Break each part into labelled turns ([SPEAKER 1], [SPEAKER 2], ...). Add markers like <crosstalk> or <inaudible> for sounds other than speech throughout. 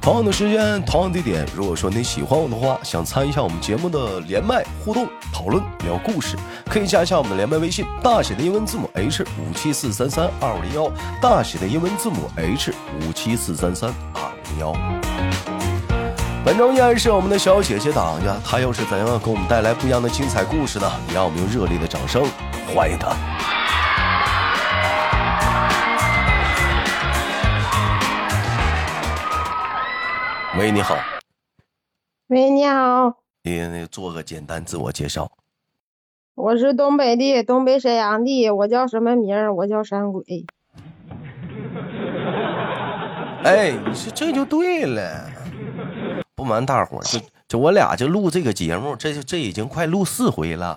[SPEAKER 1] 同样的时间，同样地点，如果说你喜欢我的话，想参与一下我们节目的连麦互动、讨论、聊故事，可以加一下我们的连麦微信，大写的英文字母 H 五七四三三二五零幺，大写的英文字母 H 五七四三三二五零幺。本周依然是我们的小姐姐党呀，她又是怎样给我们带来不一样的精彩故事呢？也让我们用热烈的掌声欢迎她。喂，你好，
[SPEAKER 2] 喂，你好，
[SPEAKER 1] 你做个简单自我介绍。
[SPEAKER 2] 我是东北的，东北沈阳的，我叫什么名儿？我叫山鬼。
[SPEAKER 1] 哎，你说这就对了。不瞒大伙儿，这这我俩就录这个节目，这就这已经快录四回了。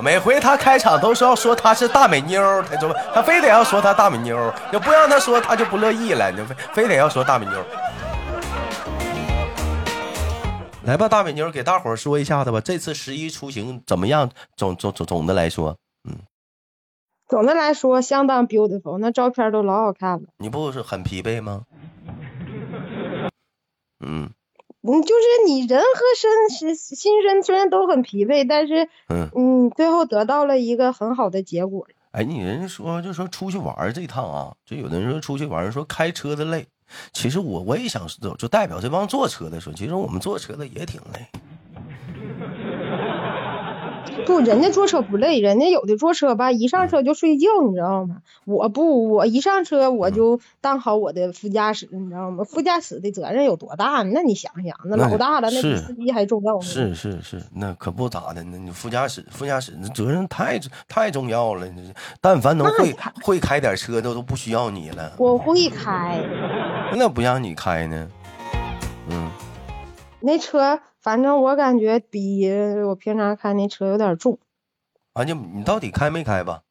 [SPEAKER 1] 每回他开场都是要说她是大美妞儿，他怎么他非得要说她大美妞儿，要不让他说他就不乐意了，你就非非得要说大美妞儿。来吧，大美妞儿，给大伙儿说一下子吧，这次十一出行怎么样？总总总总的来说，
[SPEAKER 2] 总的来说，相当 beautiful，那照片都老好看了。
[SPEAKER 1] 你不是很疲惫吗？嗯
[SPEAKER 2] 嗯，就是你人和身是心身虽然都很疲惫，但是
[SPEAKER 1] 嗯，
[SPEAKER 2] 嗯，最后得到了一个很好的结果。
[SPEAKER 1] 哎，你人家说就说出去玩儿这一趟啊，就有的人说出去玩儿说开车的累，其实我我也想走，就代表这帮坐车的说，其实我们坐车的也挺累。
[SPEAKER 2] 不，人家坐车不累，人家有的坐车吧，一上车就睡觉，你知道吗？我不，我一上车
[SPEAKER 1] 嗯
[SPEAKER 2] 我就当好我的副驾驶，你知道吗？副驾驶的责任有多大呢？那你想想，那
[SPEAKER 1] 那
[SPEAKER 2] 老大了，那比
[SPEAKER 1] 是
[SPEAKER 2] 司机还重要呢。
[SPEAKER 1] 是是是，那可不咋的，那你副驾驶副驾驶那责任太太重要了，你这但凡能
[SPEAKER 2] 那
[SPEAKER 1] 会
[SPEAKER 2] 他
[SPEAKER 1] 会开点车的都不需要你了，
[SPEAKER 2] 我会开。
[SPEAKER 1] 那不让你开呢？嗯，
[SPEAKER 2] 那车，反正我感觉比我平常开那车有点重，
[SPEAKER 1] 啊就你到底开没开吧？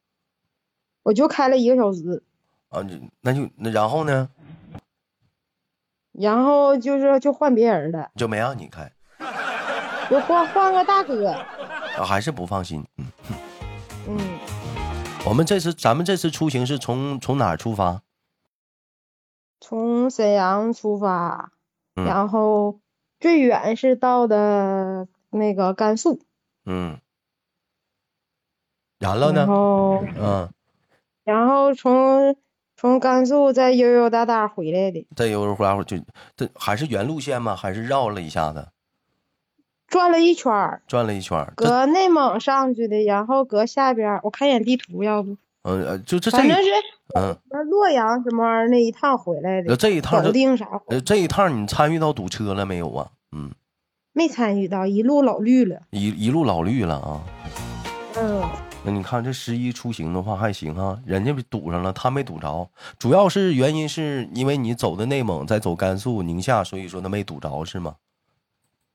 [SPEAKER 2] 我就开了一个小时，
[SPEAKER 1] 啊，就那就那然后呢
[SPEAKER 2] 然后就是就换别人了，
[SPEAKER 1] 就没让你开，
[SPEAKER 2] 就换换个大哥，
[SPEAKER 1] 啊还是不放心。嗯
[SPEAKER 2] 嗯，
[SPEAKER 1] 我们这次，咱们这次出行是从从哪儿出发？
[SPEAKER 2] 从沈阳出发，
[SPEAKER 1] 嗯
[SPEAKER 2] 然后最远是到的那个甘肃，
[SPEAKER 1] 嗯，然了
[SPEAKER 2] 然
[SPEAKER 1] 呢？
[SPEAKER 2] 后
[SPEAKER 1] 嗯，
[SPEAKER 2] 然后从从甘肃再悠悠哒哒回来的，
[SPEAKER 1] 这有会儿就这还是原路线吗？还是绕了一下子，
[SPEAKER 2] 转了一圈儿，
[SPEAKER 1] 转了一圈儿？这
[SPEAKER 2] 搁内蒙上去的，然后搁下边儿，我看一眼地图，要不，
[SPEAKER 1] 嗯，呃就这这
[SPEAKER 2] 反正是。
[SPEAKER 1] 嗯，
[SPEAKER 2] 那洛阳什么玩意儿那一趟回来
[SPEAKER 1] 那
[SPEAKER 2] 的，
[SPEAKER 1] 这一趟
[SPEAKER 2] 保
[SPEAKER 1] 就
[SPEAKER 2] 定啥回
[SPEAKER 1] 呃这一趟你参与到堵车了没有啊？嗯，
[SPEAKER 2] 没参与到，一路老绿了。
[SPEAKER 1] 一一路老绿了啊。
[SPEAKER 2] 嗯，
[SPEAKER 1] 那你看这十一出行的话还行啊，人家堵上了，他没堵着，主要是原因是因为你走的内蒙，再走甘肃、宁夏，所以说他没堵着是吗？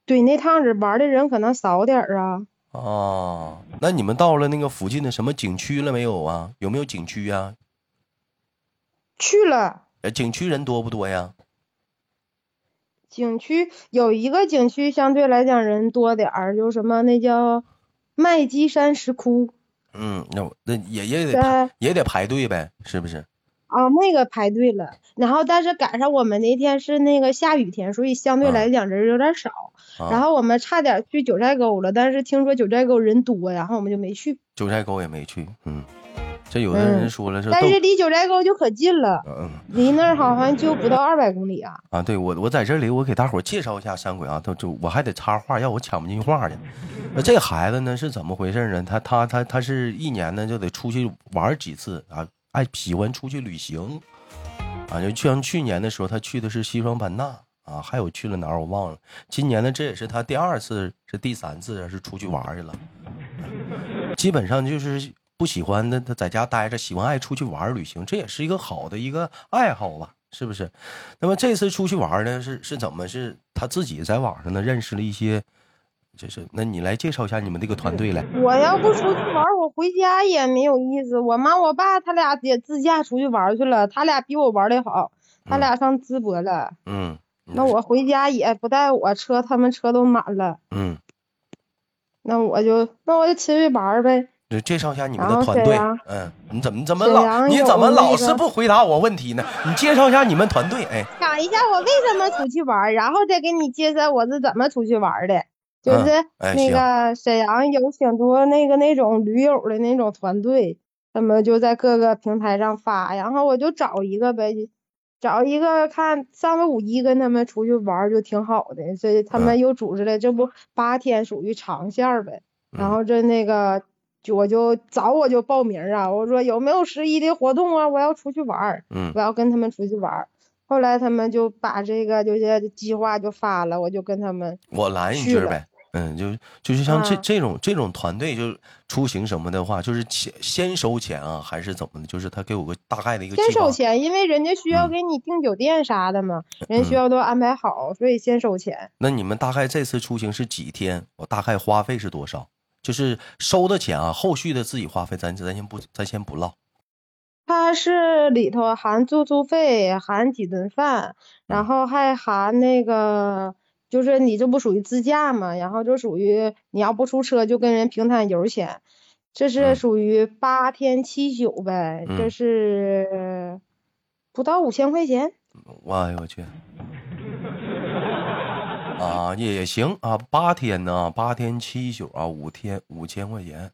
[SPEAKER 2] 对，那趟子玩的人可能少点儿啊。
[SPEAKER 1] 哦，那你们到了那个附近的什么景区了没有啊？有没有景区呀、
[SPEAKER 2] 去了
[SPEAKER 1] 呃景区人多不多呀？
[SPEAKER 2] 景区，有一个景区相对来讲人多点儿，就什么那叫麦积山石窟
[SPEAKER 1] 嗯，那我那也也得排
[SPEAKER 2] 在
[SPEAKER 1] 也得排队呗，是不是？
[SPEAKER 2] 啊，那个排队了。然后但是赶上我们那天是那个下雨天，所以相对
[SPEAKER 1] 嗯
[SPEAKER 2] 来讲人有点少。
[SPEAKER 1] 啊，
[SPEAKER 2] 然后我们差点去九寨沟了，但是听说九寨沟人多，然后我们就没去。
[SPEAKER 1] 九寨沟也没去，嗯，这有的人
[SPEAKER 2] 嗯
[SPEAKER 1] 说了是
[SPEAKER 2] 但
[SPEAKER 1] 豆
[SPEAKER 2] 是离九寨沟就可近了。
[SPEAKER 1] 嗯
[SPEAKER 2] 离那儿好像就不到二百公里啊。
[SPEAKER 1] 啊，对我我在这里我给大伙儿介绍一下山鬼啊，都就我还得插话，要我抢不进话去。那这孩子呢是怎么回事呢？他他他他是一年呢就得出去玩几次啊，爱喜欢出去旅行啊。就像去年的时候，他去的是西双版纳啊，还有去了哪儿我忘了。今年呢，这也是他第二次，是第三次啊是出去玩去了。基本上就是不喜欢的，他在家待着，喜欢爱出去玩儿旅行，这也是一个好的一个爱好吧，是不是？那么这次出去玩儿呢，是是怎么是他自己在网上呢认识了一些这是，那你来介绍一下你们这个团队来。
[SPEAKER 2] 我要不出去玩儿，我回家也没有意思。我妈我爸他俩也自驾出去玩儿去了，他俩比我玩的好，他
[SPEAKER 1] 嗯
[SPEAKER 2] 俩上淄博了。
[SPEAKER 1] 嗯，
[SPEAKER 2] 那我回家也不带我车，他们车都满了，
[SPEAKER 1] 嗯，
[SPEAKER 2] 那我就那我就持续玩儿呗。
[SPEAKER 1] 就介绍一下你们
[SPEAKER 2] 然
[SPEAKER 1] 的团
[SPEAKER 2] 后啊沈
[SPEAKER 1] 队
[SPEAKER 2] 阳。
[SPEAKER 1] 嗯，你怎么怎么
[SPEAKER 2] 沈
[SPEAKER 1] 老
[SPEAKER 2] 阳
[SPEAKER 1] 你
[SPEAKER 2] 有
[SPEAKER 1] 怎么老
[SPEAKER 2] 那
[SPEAKER 1] 是
[SPEAKER 2] 个
[SPEAKER 1] 不回答我问题呢？你介绍一下你们团队。哎，
[SPEAKER 2] 讲一下我为什么出去玩儿，然后再给你介绍我是怎么出去玩儿的。就
[SPEAKER 1] 嗯
[SPEAKER 2] 是
[SPEAKER 1] 哎
[SPEAKER 2] 那
[SPEAKER 1] 行
[SPEAKER 2] 个沈阳有挺多那个那种驴友的那种团队，他们就在各个平台上发，然后我就找一个呗，找一个看上个五一跟他们出去玩儿就挺好的，所以他
[SPEAKER 1] 嗯
[SPEAKER 2] 们又组织了，这不八天属于长线儿呗。
[SPEAKER 1] 嗯
[SPEAKER 2] 然后这那个就我就早我就报名儿啊，我说有没有十一的活动啊？我要出去玩儿。
[SPEAKER 1] 嗯
[SPEAKER 2] 我要跟他们出去玩儿。后来他们就把这个就是计划就发了，我就跟他们，
[SPEAKER 1] 我拦一
[SPEAKER 2] 去
[SPEAKER 1] 句儿
[SPEAKER 2] 了
[SPEAKER 1] 呗。嗯，就就是像这、
[SPEAKER 2] 啊
[SPEAKER 1] 这种这种团队，就是出行什么的话，就是先先收钱啊，还是怎么的？就是他给我个大概的一个
[SPEAKER 2] 先
[SPEAKER 1] 计划
[SPEAKER 2] 收。钱，因为人家需要
[SPEAKER 1] 嗯
[SPEAKER 2] 给你订酒店啥的嘛，人家
[SPEAKER 1] 嗯
[SPEAKER 2] 需要都安排好，所以先收钱。
[SPEAKER 1] 那你们大概这次出行是几天？我大概花费是多少？就是收的钱啊，后续的自己花费，咱咱先不咱先不唠。
[SPEAKER 2] 它是里头含住宿费，含几顿饭，
[SPEAKER 1] 嗯
[SPEAKER 2] 然后还含那个，就是你这不属于自驾嘛，然后就属于你要不出车就跟人平摊油钱，这
[SPEAKER 1] 嗯
[SPEAKER 2] 是属于八天七宿呗，
[SPEAKER 1] 嗯
[SPEAKER 2] 这是不到五千块钱。
[SPEAKER 1] 哎呦我去！啊，也行啊，八天呢，八天七宿啊，五天五千块钱，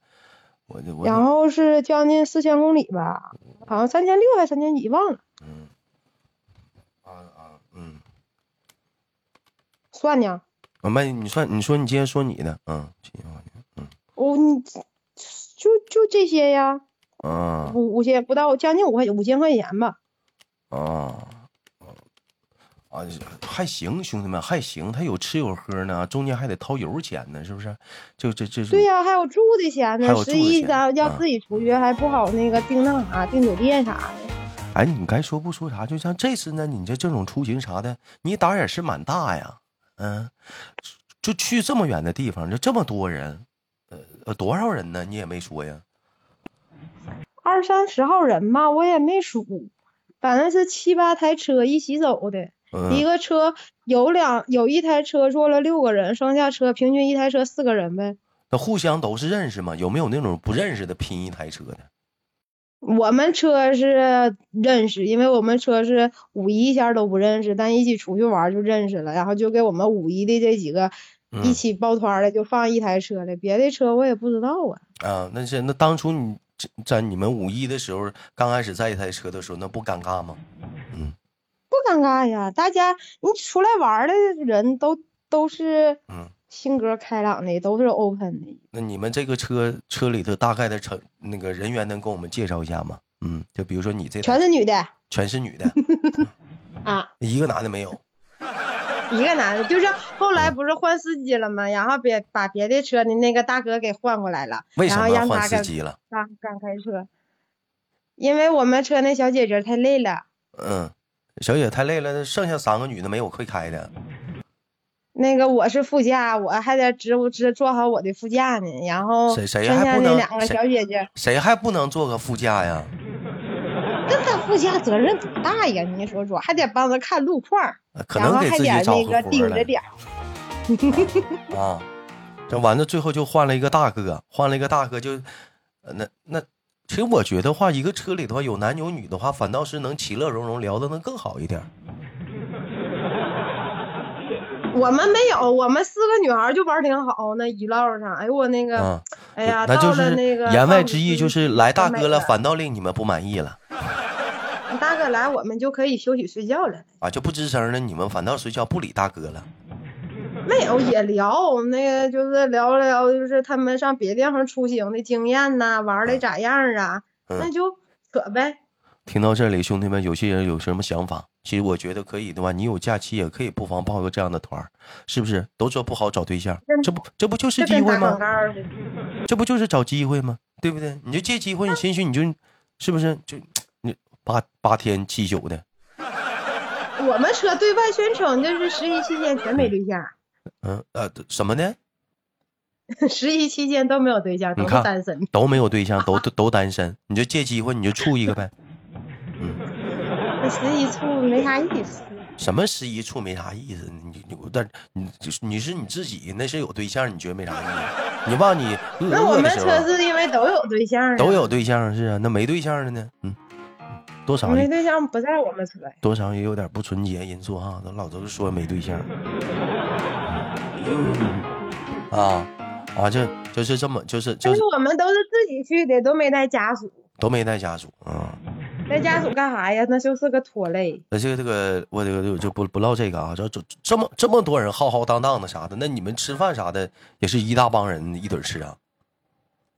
[SPEAKER 1] 我这我嗯这
[SPEAKER 2] 然后是将近四千公里吧，好像三千六还三千几，忘了，
[SPEAKER 1] 嗯啊啊嗯，算
[SPEAKER 2] 算呢。
[SPEAKER 1] 啊，麦，你算，你说你今天说你的，嗯，七千块钱，
[SPEAKER 2] 我、你就就这些呀，
[SPEAKER 1] 啊
[SPEAKER 2] 五五千不到，将近五块五千块钱吧。
[SPEAKER 1] 啊啊，还行，兄弟们还行，他有吃有喝呢，中间还得掏油钱呢，是不是？就这这是
[SPEAKER 2] 对呀、还有住的钱
[SPEAKER 1] 嗯还
[SPEAKER 2] 呢，
[SPEAKER 1] 有住
[SPEAKER 2] 十
[SPEAKER 1] 的
[SPEAKER 2] 一
[SPEAKER 1] 钱
[SPEAKER 2] 咱要
[SPEAKER 1] 啊
[SPEAKER 2] 自己出去还不好那个订那啥订酒店啥的。
[SPEAKER 1] 哎，你该说不说啥，就像这次呢，你这这种出行啥的，你胆儿也是蛮大呀，嗯，就去这么远的地方，就这么多人，呃呃，多少人呢？你也没说呀，
[SPEAKER 2] 二三十号人吧，我也没数，反正是七八台车一起走的，一
[SPEAKER 1] 嗯，
[SPEAKER 2] 个车有两有一台车坐了六个人，剩下车平均一台车四个人呗。
[SPEAKER 1] 那互相都是认识吗？有没有那种不认识的拼一台车的？
[SPEAKER 2] 我们车是认识，因为我们车是五一前儿都不认识，但一起出去玩儿就认识了，然后就给我们五一的这几个一
[SPEAKER 1] 嗯
[SPEAKER 2] 起抱团儿的就放一台车了，别的车我也不知道啊。
[SPEAKER 1] 啊，那是那当初你这在你们五一的时候，刚开始在一台车的时候，那不尴尬吗？
[SPEAKER 2] 不尴尬呀，大家你出来玩儿的人都都是
[SPEAKER 1] 嗯
[SPEAKER 2] 性格开朗的，都是 open 的。
[SPEAKER 1] 那你们这个车车里头大概的成那个人员能跟我们介绍一下吗？嗯，就比如说你这台
[SPEAKER 2] 全是女的
[SPEAKER 1] 全是女的， <laughs>
[SPEAKER 2] 啊，
[SPEAKER 1] 一个男的没有。
[SPEAKER 2] 一个男的，就是后来不是换司机了吗？然后别把别的车的那个大哥给换过来了，
[SPEAKER 1] 为什
[SPEAKER 2] 然后
[SPEAKER 1] 么
[SPEAKER 2] 让
[SPEAKER 1] 换
[SPEAKER 2] 他
[SPEAKER 1] 司
[SPEAKER 2] 给
[SPEAKER 1] 机了？
[SPEAKER 2] 刚刚开车，因为我们车那小姐姐儿太累了，
[SPEAKER 1] 嗯，小姐太累了，剩下三个女的没有会开的。
[SPEAKER 2] 那个我是副驾，我还得支不支做好我的副驾呢。然后
[SPEAKER 1] 谁
[SPEAKER 2] 剩
[SPEAKER 1] 谁
[SPEAKER 2] 下
[SPEAKER 1] 还不
[SPEAKER 2] 那
[SPEAKER 1] 能
[SPEAKER 2] 两个
[SPEAKER 1] 谁
[SPEAKER 2] 小姐姐儿，
[SPEAKER 1] 谁还不能做个副驾呀？
[SPEAKER 2] 那她副驾责任多大呀？你说说，还得帮着看路况儿，
[SPEAKER 1] 呃可
[SPEAKER 2] 然
[SPEAKER 1] 能
[SPEAKER 2] 后
[SPEAKER 1] 给
[SPEAKER 2] 还
[SPEAKER 1] 自
[SPEAKER 2] 得
[SPEAKER 1] 己找
[SPEAKER 2] 那
[SPEAKER 1] 合
[SPEAKER 2] 个
[SPEAKER 1] 伙
[SPEAKER 2] 盯着
[SPEAKER 1] 了
[SPEAKER 2] 点儿。
[SPEAKER 1] 啊。这完了，最后就换了一个大哥，换了一个大哥就，呃那那，其实我觉得话，一个车里头有男有女的话，反倒是能其乐融融，聊的能更好一点。
[SPEAKER 2] 我们没有，我们四个女孩儿就玩儿挺好，那一唠上，哎呦我那个，
[SPEAKER 1] 啊，
[SPEAKER 2] 哎呀，
[SPEAKER 1] 那
[SPEAKER 2] 到
[SPEAKER 1] 就
[SPEAKER 2] 了
[SPEAKER 1] 是
[SPEAKER 2] 那个
[SPEAKER 1] 言外
[SPEAKER 2] 放
[SPEAKER 1] 之意，
[SPEAKER 2] 心
[SPEAKER 1] 就是来大哥了，
[SPEAKER 2] 美了
[SPEAKER 1] 反倒令你们不满意了
[SPEAKER 2] 大哥来，我们就可以休息睡觉了。
[SPEAKER 1] 啊，就不吱声了，你们反倒睡觉不理大哥了。
[SPEAKER 2] 没有也聊，那个就是聊聊，就是他们上别地方出行的经验呐、玩儿的咋样啊？
[SPEAKER 1] 嗯
[SPEAKER 2] 那就扯呗。
[SPEAKER 1] 听到这里，兄弟们，有些人有什么想法？其实我觉得可以的话，你有假期也可以不妨报个这样的团儿，是不是？都说不好找对象，
[SPEAKER 2] 真
[SPEAKER 1] 这不这不就是机
[SPEAKER 2] 这跟
[SPEAKER 1] 会
[SPEAKER 2] 打
[SPEAKER 1] 吗
[SPEAKER 2] 广？告儿似的。
[SPEAKER 1] 这不就是找机会吗？对不对？你就借机会，你兴许你就是不是就你八八天七宿的，
[SPEAKER 2] 我们车对外宣称就是十一期间全没对象，
[SPEAKER 1] 嗯呃什么呢？
[SPEAKER 2] 十一期间都没有对象，
[SPEAKER 1] 你
[SPEAKER 2] 都
[SPEAKER 1] 看
[SPEAKER 2] 是单身。
[SPEAKER 1] 都没有对象，都都单身，你就借机会你就处一个呗。
[SPEAKER 2] 那十一处没啥意思，
[SPEAKER 1] 什么十一处没啥意思？你你我但你你是你自己，那是有对象，你觉得没啥意思？你忘你你
[SPEAKER 2] 那我
[SPEAKER 1] 饿的
[SPEAKER 2] 们
[SPEAKER 1] 时
[SPEAKER 2] 车
[SPEAKER 1] 候
[SPEAKER 2] 是因为都有对象啊，
[SPEAKER 1] 都有对象是啊，那没对象的呢？嗯，嗯多少
[SPEAKER 2] 没对象不在我们车呀。
[SPEAKER 1] 多少也有点不纯洁因素哈。都老都说没对象，啊啊，这就是这么就是就
[SPEAKER 2] 但
[SPEAKER 1] 是
[SPEAKER 2] 是我们都是自己去的，都没带家属。
[SPEAKER 1] 都没带家属啊。
[SPEAKER 2] 带家属干啥呀？那就是个拖累。
[SPEAKER 1] 那这个这个，我这个就就不不唠这个啊，这这这么这么多人浩浩荡荡的啥的，那你们吃饭啥的也是一大帮人一堆儿吃啊？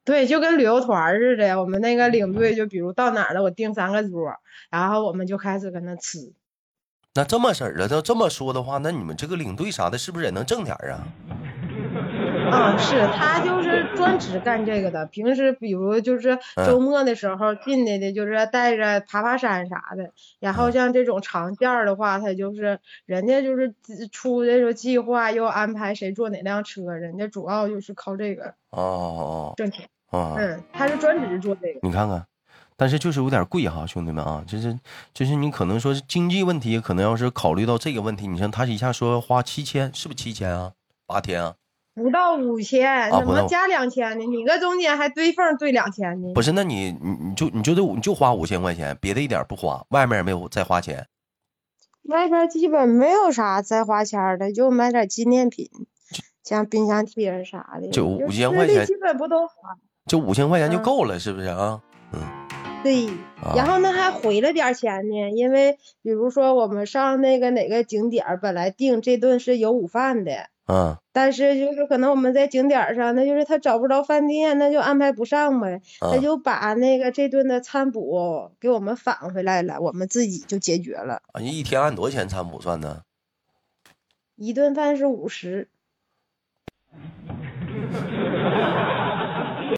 [SPEAKER 2] 对，就跟旅游团儿似的。我们那个
[SPEAKER 1] 嗯
[SPEAKER 2] 领队就比如到哪儿了，我订三个桌儿，然后我们就开始搁那吃。
[SPEAKER 1] 那这么式儿的，那这么说的话，那你们这个领队啥的，是不是也能挣点儿啊？
[SPEAKER 2] 嗯，是他就是专职干这个的，平时比如就是
[SPEAKER 1] 嗯
[SPEAKER 2] 周末的时候进来的，就是带着爬爬山啥的。
[SPEAKER 1] 嗯
[SPEAKER 2] 然后像这种长件儿的话，他就是人家就是自出的时候计划又安排谁坐哪辆车，人家主要就是靠这个
[SPEAKER 1] 哦
[SPEAKER 2] 挣钱。
[SPEAKER 1] 哦哦，
[SPEAKER 2] 嗯，他是专职做这个。
[SPEAKER 1] 你看看，但是就是有点贵哈，兄弟们啊，就是就是你可能说是经济问题，可能要是考虑到这个问题，你像他一下说要花七千，是不是七千啊？八天啊？
[SPEAKER 2] 不到五千，
[SPEAKER 1] 啊
[SPEAKER 2] 怎
[SPEAKER 1] 不到
[SPEAKER 2] 么加两千呢？你搁中间还对缝儿对两千呢？
[SPEAKER 1] 不是，那你你你就你就得你就花五千块钱，别的一点儿不花，外面也没有再花钱。
[SPEAKER 2] 外边基本没有啥再花钱儿的，就买点纪念品，像冰箱贴儿啥的。
[SPEAKER 1] 就
[SPEAKER 2] 我
[SPEAKER 1] 5000
[SPEAKER 2] 吃
[SPEAKER 1] 块
[SPEAKER 2] 的
[SPEAKER 1] 钱
[SPEAKER 2] 基本不都花。
[SPEAKER 1] 就五千块钱就
[SPEAKER 2] 嗯
[SPEAKER 1] 够了，是不是啊？
[SPEAKER 2] 对，
[SPEAKER 1] 啊
[SPEAKER 2] 然后那还回了点儿钱呢，因为比如说我们上那个哪个景点儿，本来定这顿是有午饭的，
[SPEAKER 1] 嗯，
[SPEAKER 2] 但是就是可能我们在景点儿上，那就是他找不着饭店，那就安排不上呗。他
[SPEAKER 1] 嗯
[SPEAKER 2] 就把那个这顿的餐补给我们返回来了，我们自己就解决了。
[SPEAKER 1] 啊，一天按多少钱餐补算呢？
[SPEAKER 2] 一顿饭是五十，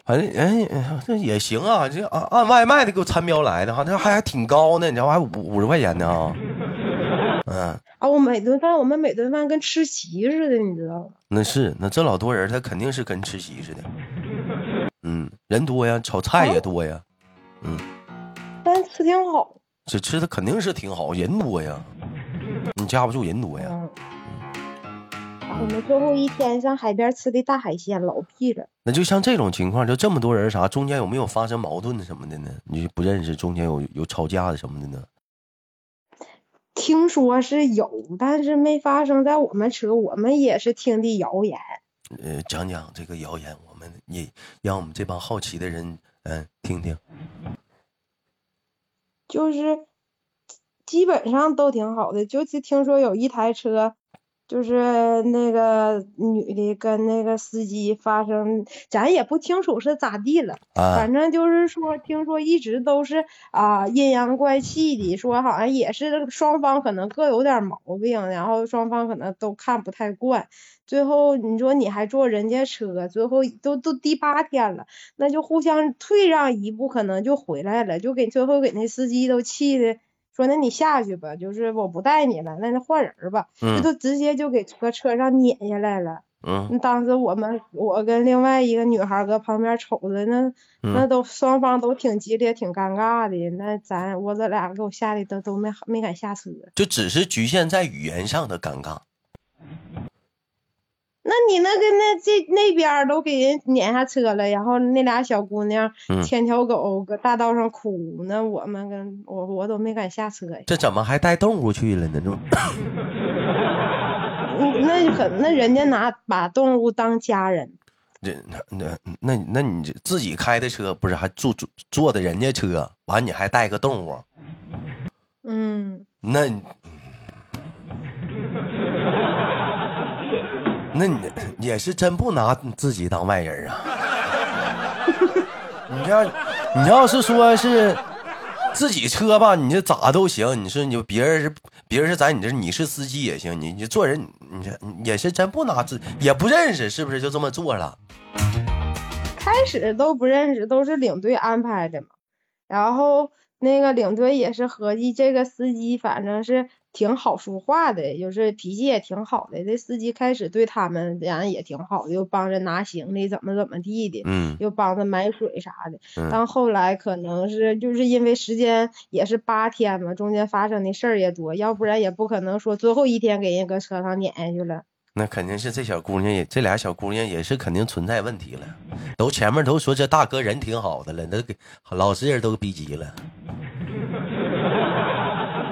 [SPEAKER 1] 反正哎，这也行啊，这按按外卖的给我餐标来的哈，这还还挺高呢，你知道吗还五五十块钱呢啊。嗯，
[SPEAKER 2] 啊，我每顿饭我们每顿饭跟吃席似的，你知道吗？
[SPEAKER 1] 那是那这老多人，他肯定是跟吃席似的。嗯，人多呀，炒菜也多呀，
[SPEAKER 2] 但是吃挺好。
[SPEAKER 1] 这吃的肯定是挺好，人多呀。你架不住人多哎呀，
[SPEAKER 2] 嗯。啊，我们最后一天上海边吃的大海鲜，老屁了。
[SPEAKER 1] 那就像这种情况，就这么多人啥，中间有没有发生矛盾什么的呢？你就不认识，中间有有吵架的什么的呢？
[SPEAKER 2] 听说是有，但是没发生在我们车，我们也是听的谣言。
[SPEAKER 1] 呃，讲讲这个谣言，我们也让我们这帮好奇的人，嗯、听听。
[SPEAKER 2] 就是基本上都挺好的，就是听说有一台车，就是那个女的跟那个司机发生，咱也不清楚是咋地了，
[SPEAKER 1] 啊
[SPEAKER 2] 反正就是说，听说一直都是啊阴阳怪气的，说好像也是双方可能各有点毛病，然后双方可能都看不太惯，最后你说你还坐人家车，最后都都第八天了。那就互相退让一步，可能就回来了，就给最后给那司机都气的，说那你下去吧，就是我不带你了，那就换人儿吧，这
[SPEAKER 1] 嗯
[SPEAKER 2] 都直接就给车车上撵下来了。
[SPEAKER 1] 嗯
[SPEAKER 2] 当时我们我跟另外一个女孩儿搁旁边瞅着，那那
[SPEAKER 1] 嗯，
[SPEAKER 2] 都双方都挺激烈，挺尴尬的。那咱我这俩给我吓得都都没没敢下车。
[SPEAKER 1] 就只是局限在语言上的尴尬。
[SPEAKER 2] 那你那个那这那边儿都给人撵下车了，然后那俩小姑娘
[SPEAKER 1] 嗯
[SPEAKER 2] 牵条狗搁大道上哭，那我们跟我我都没敢下车呀。
[SPEAKER 1] 这怎么还带动物去了呢？这
[SPEAKER 2] 嗯那可那人家拿把动物当家人，
[SPEAKER 1] 这那那那你这自己开的车不是还坐坐坐的人家车，完你还带个动物，
[SPEAKER 2] 嗯，
[SPEAKER 1] 那你那你也是真不拿自己当外人啊！ <laughs> 你要你要是说是自己车吧，你这咋都行。你说你就别人是别人是在你这，你是司机也行。你你做人，你这也是真不拿自也不认识，是不是就这么做了？
[SPEAKER 2] 开始都不认识，都是领队安排的嘛。然后那个领队也是合计这个司机，反正是挺好说话的，就是脾气也挺好的。这司机开始对他们俩也挺好的，又帮着拿行李，怎么怎么地的，
[SPEAKER 1] 嗯
[SPEAKER 2] 又帮着买水啥的。
[SPEAKER 1] 嗯
[SPEAKER 2] 但后来可能是就是因为时间也是八天嘛，中间发生的事儿也多，要不然也不可能说最后一天给人搁车上撵下去了。
[SPEAKER 1] 那肯定是这小姑娘也，这俩小姑娘也是肯定存在问题了。都前面都说这大哥人挺好的了，那给老实人都逼急了。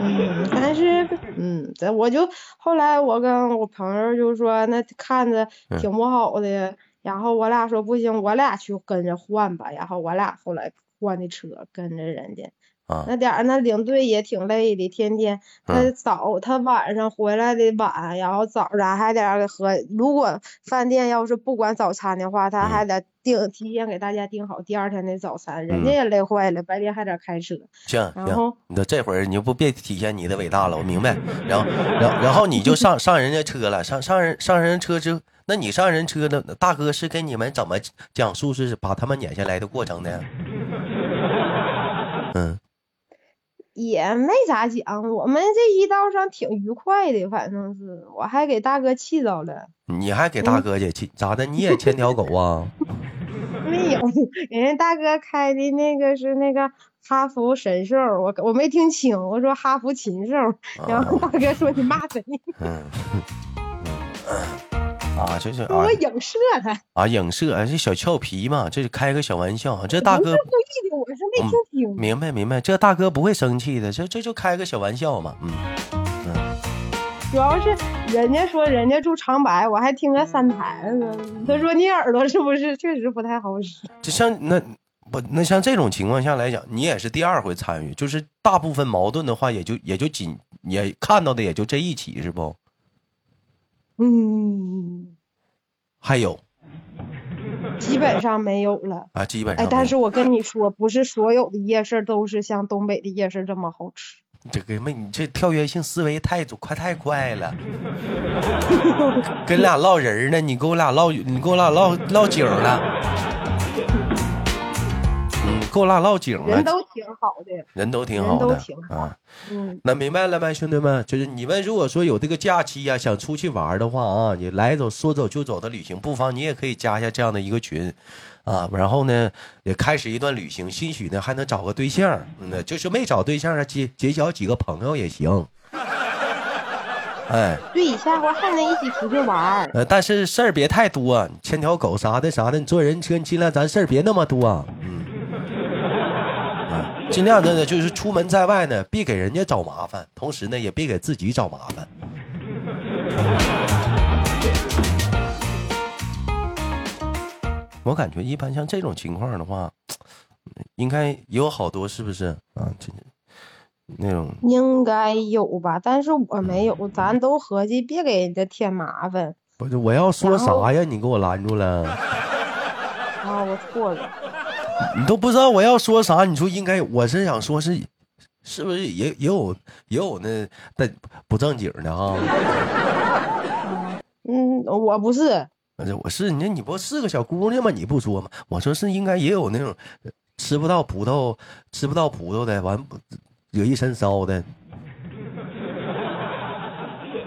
[SPEAKER 2] 嗯，但是，嗯，这我就后来我跟我朋友就说，那看着
[SPEAKER 1] 嗯
[SPEAKER 2] 挺不好的，然后我俩说不行，我俩去跟着换吧，然后我俩后来换的车，跟着人家
[SPEAKER 1] 啊
[SPEAKER 2] 那点儿那领队也挺累的，天天他
[SPEAKER 1] 嗯
[SPEAKER 2] 早他晚上回来的晚，然后早上还得儿和，如果饭店要是不管早餐的话，
[SPEAKER 1] 嗯
[SPEAKER 2] 他还得订提前给大家订好第二天的早餐，人家
[SPEAKER 1] 嗯
[SPEAKER 2] 也累坏了，白天还得开车，
[SPEAKER 1] 行
[SPEAKER 2] 然
[SPEAKER 1] 行
[SPEAKER 2] 后，
[SPEAKER 1] 你说这会儿你就不别体现你的伟大了，我明白。然后，然后然后你就上上人家车了，上上人上人车之后，那你上人车呢？大哥是跟你们怎么讲述是把他们撵下来的过程呢？ <laughs> 嗯
[SPEAKER 2] 也没咋讲，我们这一道上挺愉快的，反正是我还给大哥气着了，
[SPEAKER 1] 你还给大哥也气咋的？你也牵条狗啊？
[SPEAKER 2] 没有，人家大哥开的那个是那个哈弗神兽，我我没听清，我说哈弗禽兽，
[SPEAKER 1] 啊
[SPEAKER 2] 然后大哥说你骂谁？
[SPEAKER 1] 嗯，
[SPEAKER 2] 嗯
[SPEAKER 1] 啊，这是
[SPEAKER 2] 说
[SPEAKER 1] 啊
[SPEAKER 2] 我影射他，
[SPEAKER 1] 啊，影射啊，这小俏皮嘛，这是开个小玩笑。这大
[SPEAKER 2] 不
[SPEAKER 1] 哥嗯
[SPEAKER 2] 是故意的，我是没听清。
[SPEAKER 1] 明白明白，这大哥不会生气的，这这就开个小玩笑嘛。嗯，
[SPEAKER 2] 主要是人家说人家住长白，我还听个三台呢。他说你耳朵是不是确实不太好使？
[SPEAKER 1] 就像那不那像这种情况下来讲，你也是第二回参与，就是大部分矛盾的话，也就也就仅也看到的也就这一起是不？
[SPEAKER 2] 嗯，
[SPEAKER 1] 还有
[SPEAKER 2] 基本上没有了。
[SPEAKER 1] 啊，基本上
[SPEAKER 2] 哎
[SPEAKER 1] 没有、，
[SPEAKER 2] 但是我跟你说，不是所有的夜市都是像东北的夜市这么好吃。
[SPEAKER 1] 这个妹，你这跳跃性思维太足快太快
[SPEAKER 2] <laughs>
[SPEAKER 1] 了，跟俩唠人儿呢，你给我俩唠，你给我俩唠唠景儿了，嗯，给我俩唠景儿
[SPEAKER 2] 人
[SPEAKER 1] 了，
[SPEAKER 2] 都挺好的，
[SPEAKER 1] 人都挺
[SPEAKER 2] 人
[SPEAKER 1] 好
[SPEAKER 2] 都
[SPEAKER 1] 的
[SPEAKER 2] 挺好
[SPEAKER 1] 啊。
[SPEAKER 2] 嗯，
[SPEAKER 1] 那明白了呗，兄弟们，就是你们如果说有这个假期呀、想出去玩儿的话啊，你来走说走就走的旅行，不妨你也可以加一下这样的一个群，啊，然后呢也开始一段旅行，兴许呢还能找个对象，嗯，就是没找对象啊，结结交几个朋友也行。 <laughs> 哎，
[SPEAKER 2] 对，下回还能一起出去玩儿。
[SPEAKER 1] 呃，但是事儿别太多、牵条狗啥的啥的，你坐人车，你尽量咱事儿别那么多、嗯，啊，尽量的呢，就是出门在外呢，别给人家找麻烦，同时呢，也别给自己找麻烦。我感觉一般像这种情况的话，应该也有好多是不是啊？这那种
[SPEAKER 2] 应该有吧，但是我没有，咱都合计别给人家添麻烦
[SPEAKER 1] 不是我要说
[SPEAKER 2] 然后
[SPEAKER 1] 啥呀？你给我拦住了。
[SPEAKER 2] 啊！我错了，
[SPEAKER 1] 你都不知道我要说啥，你说应该，我是想说是，是不是也也有也有那那不正经的啊？
[SPEAKER 2] 嗯，我不是，
[SPEAKER 1] 我这我是你，你不是个小姑娘吗？你不说吗？我说是应该也有那种呃吃不到葡萄吃不到葡萄的，完不惹一身骚的，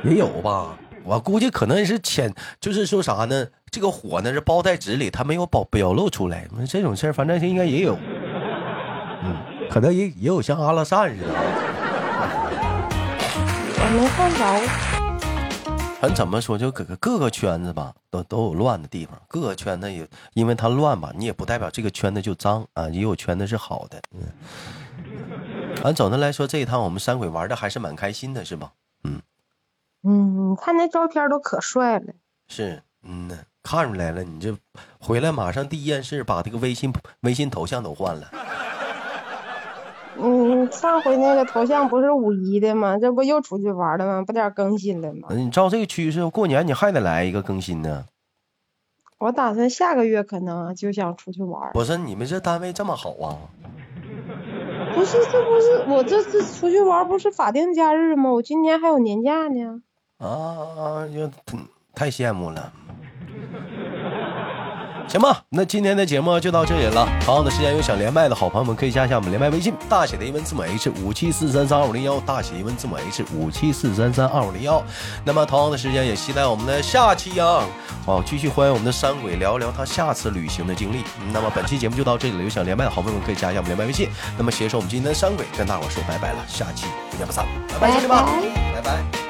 [SPEAKER 1] 也有吧？我估计可能是潜，就是说啥呢？这个火呢是包在纸里，它没有表表露出来。那这种事儿，反正应该也有，嗯，可能也也有像阿拉善似的啊。
[SPEAKER 2] 我没看着。
[SPEAKER 1] 咱怎么说，就各个各个圈子吧，都都有乱的地方。各个圈子也，因为它乱吧，你也不代表这个圈子就脏啊，也有圈子是好的。嗯，按总的来说，这一趟我们山鬼玩的还是蛮开心的，是吧？
[SPEAKER 2] 嗯，看那照片儿都可帅了。
[SPEAKER 1] 是，嗯呢，看出来了，你这回来马上第一件事把这个微信微信头像都换了。
[SPEAKER 2] 嗯，上回那个头像不是五一的吗？这不又出去玩了吗？不点儿更新了吗？
[SPEAKER 1] 嗯，你照这个趋势，过年你还得来一个更新呢。
[SPEAKER 2] 我打算下个月可能就想出去玩儿。
[SPEAKER 1] 不是，你们这单位这么好啊？
[SPEAKER 2] 不是，这不是我这次出去玩儿不是法定假日吗？我今年还有年假呢。
[SPEAKER 1] 啊，就太太羡慕了。行吧，那今天的节目就到这里了。同样的时间有想连麦的好朋友们，可以加一下我们连麦微信，大写的英文字母 H 五七四三三二五零幺，大写英文字母 H 五七四三三二五零幺。那么同样的时间也期待我们的下期啊，好，继续欢迎我们的山鬼聊聊他下次旅行的经历。那么本期节目就到这里了，有想连麦的好朋友们可以加一下我们连麦微信。那么携手我们今天的山鬼跟大伙说拜拜了，下期不见不散，拜拜，兄弟们，拜拜。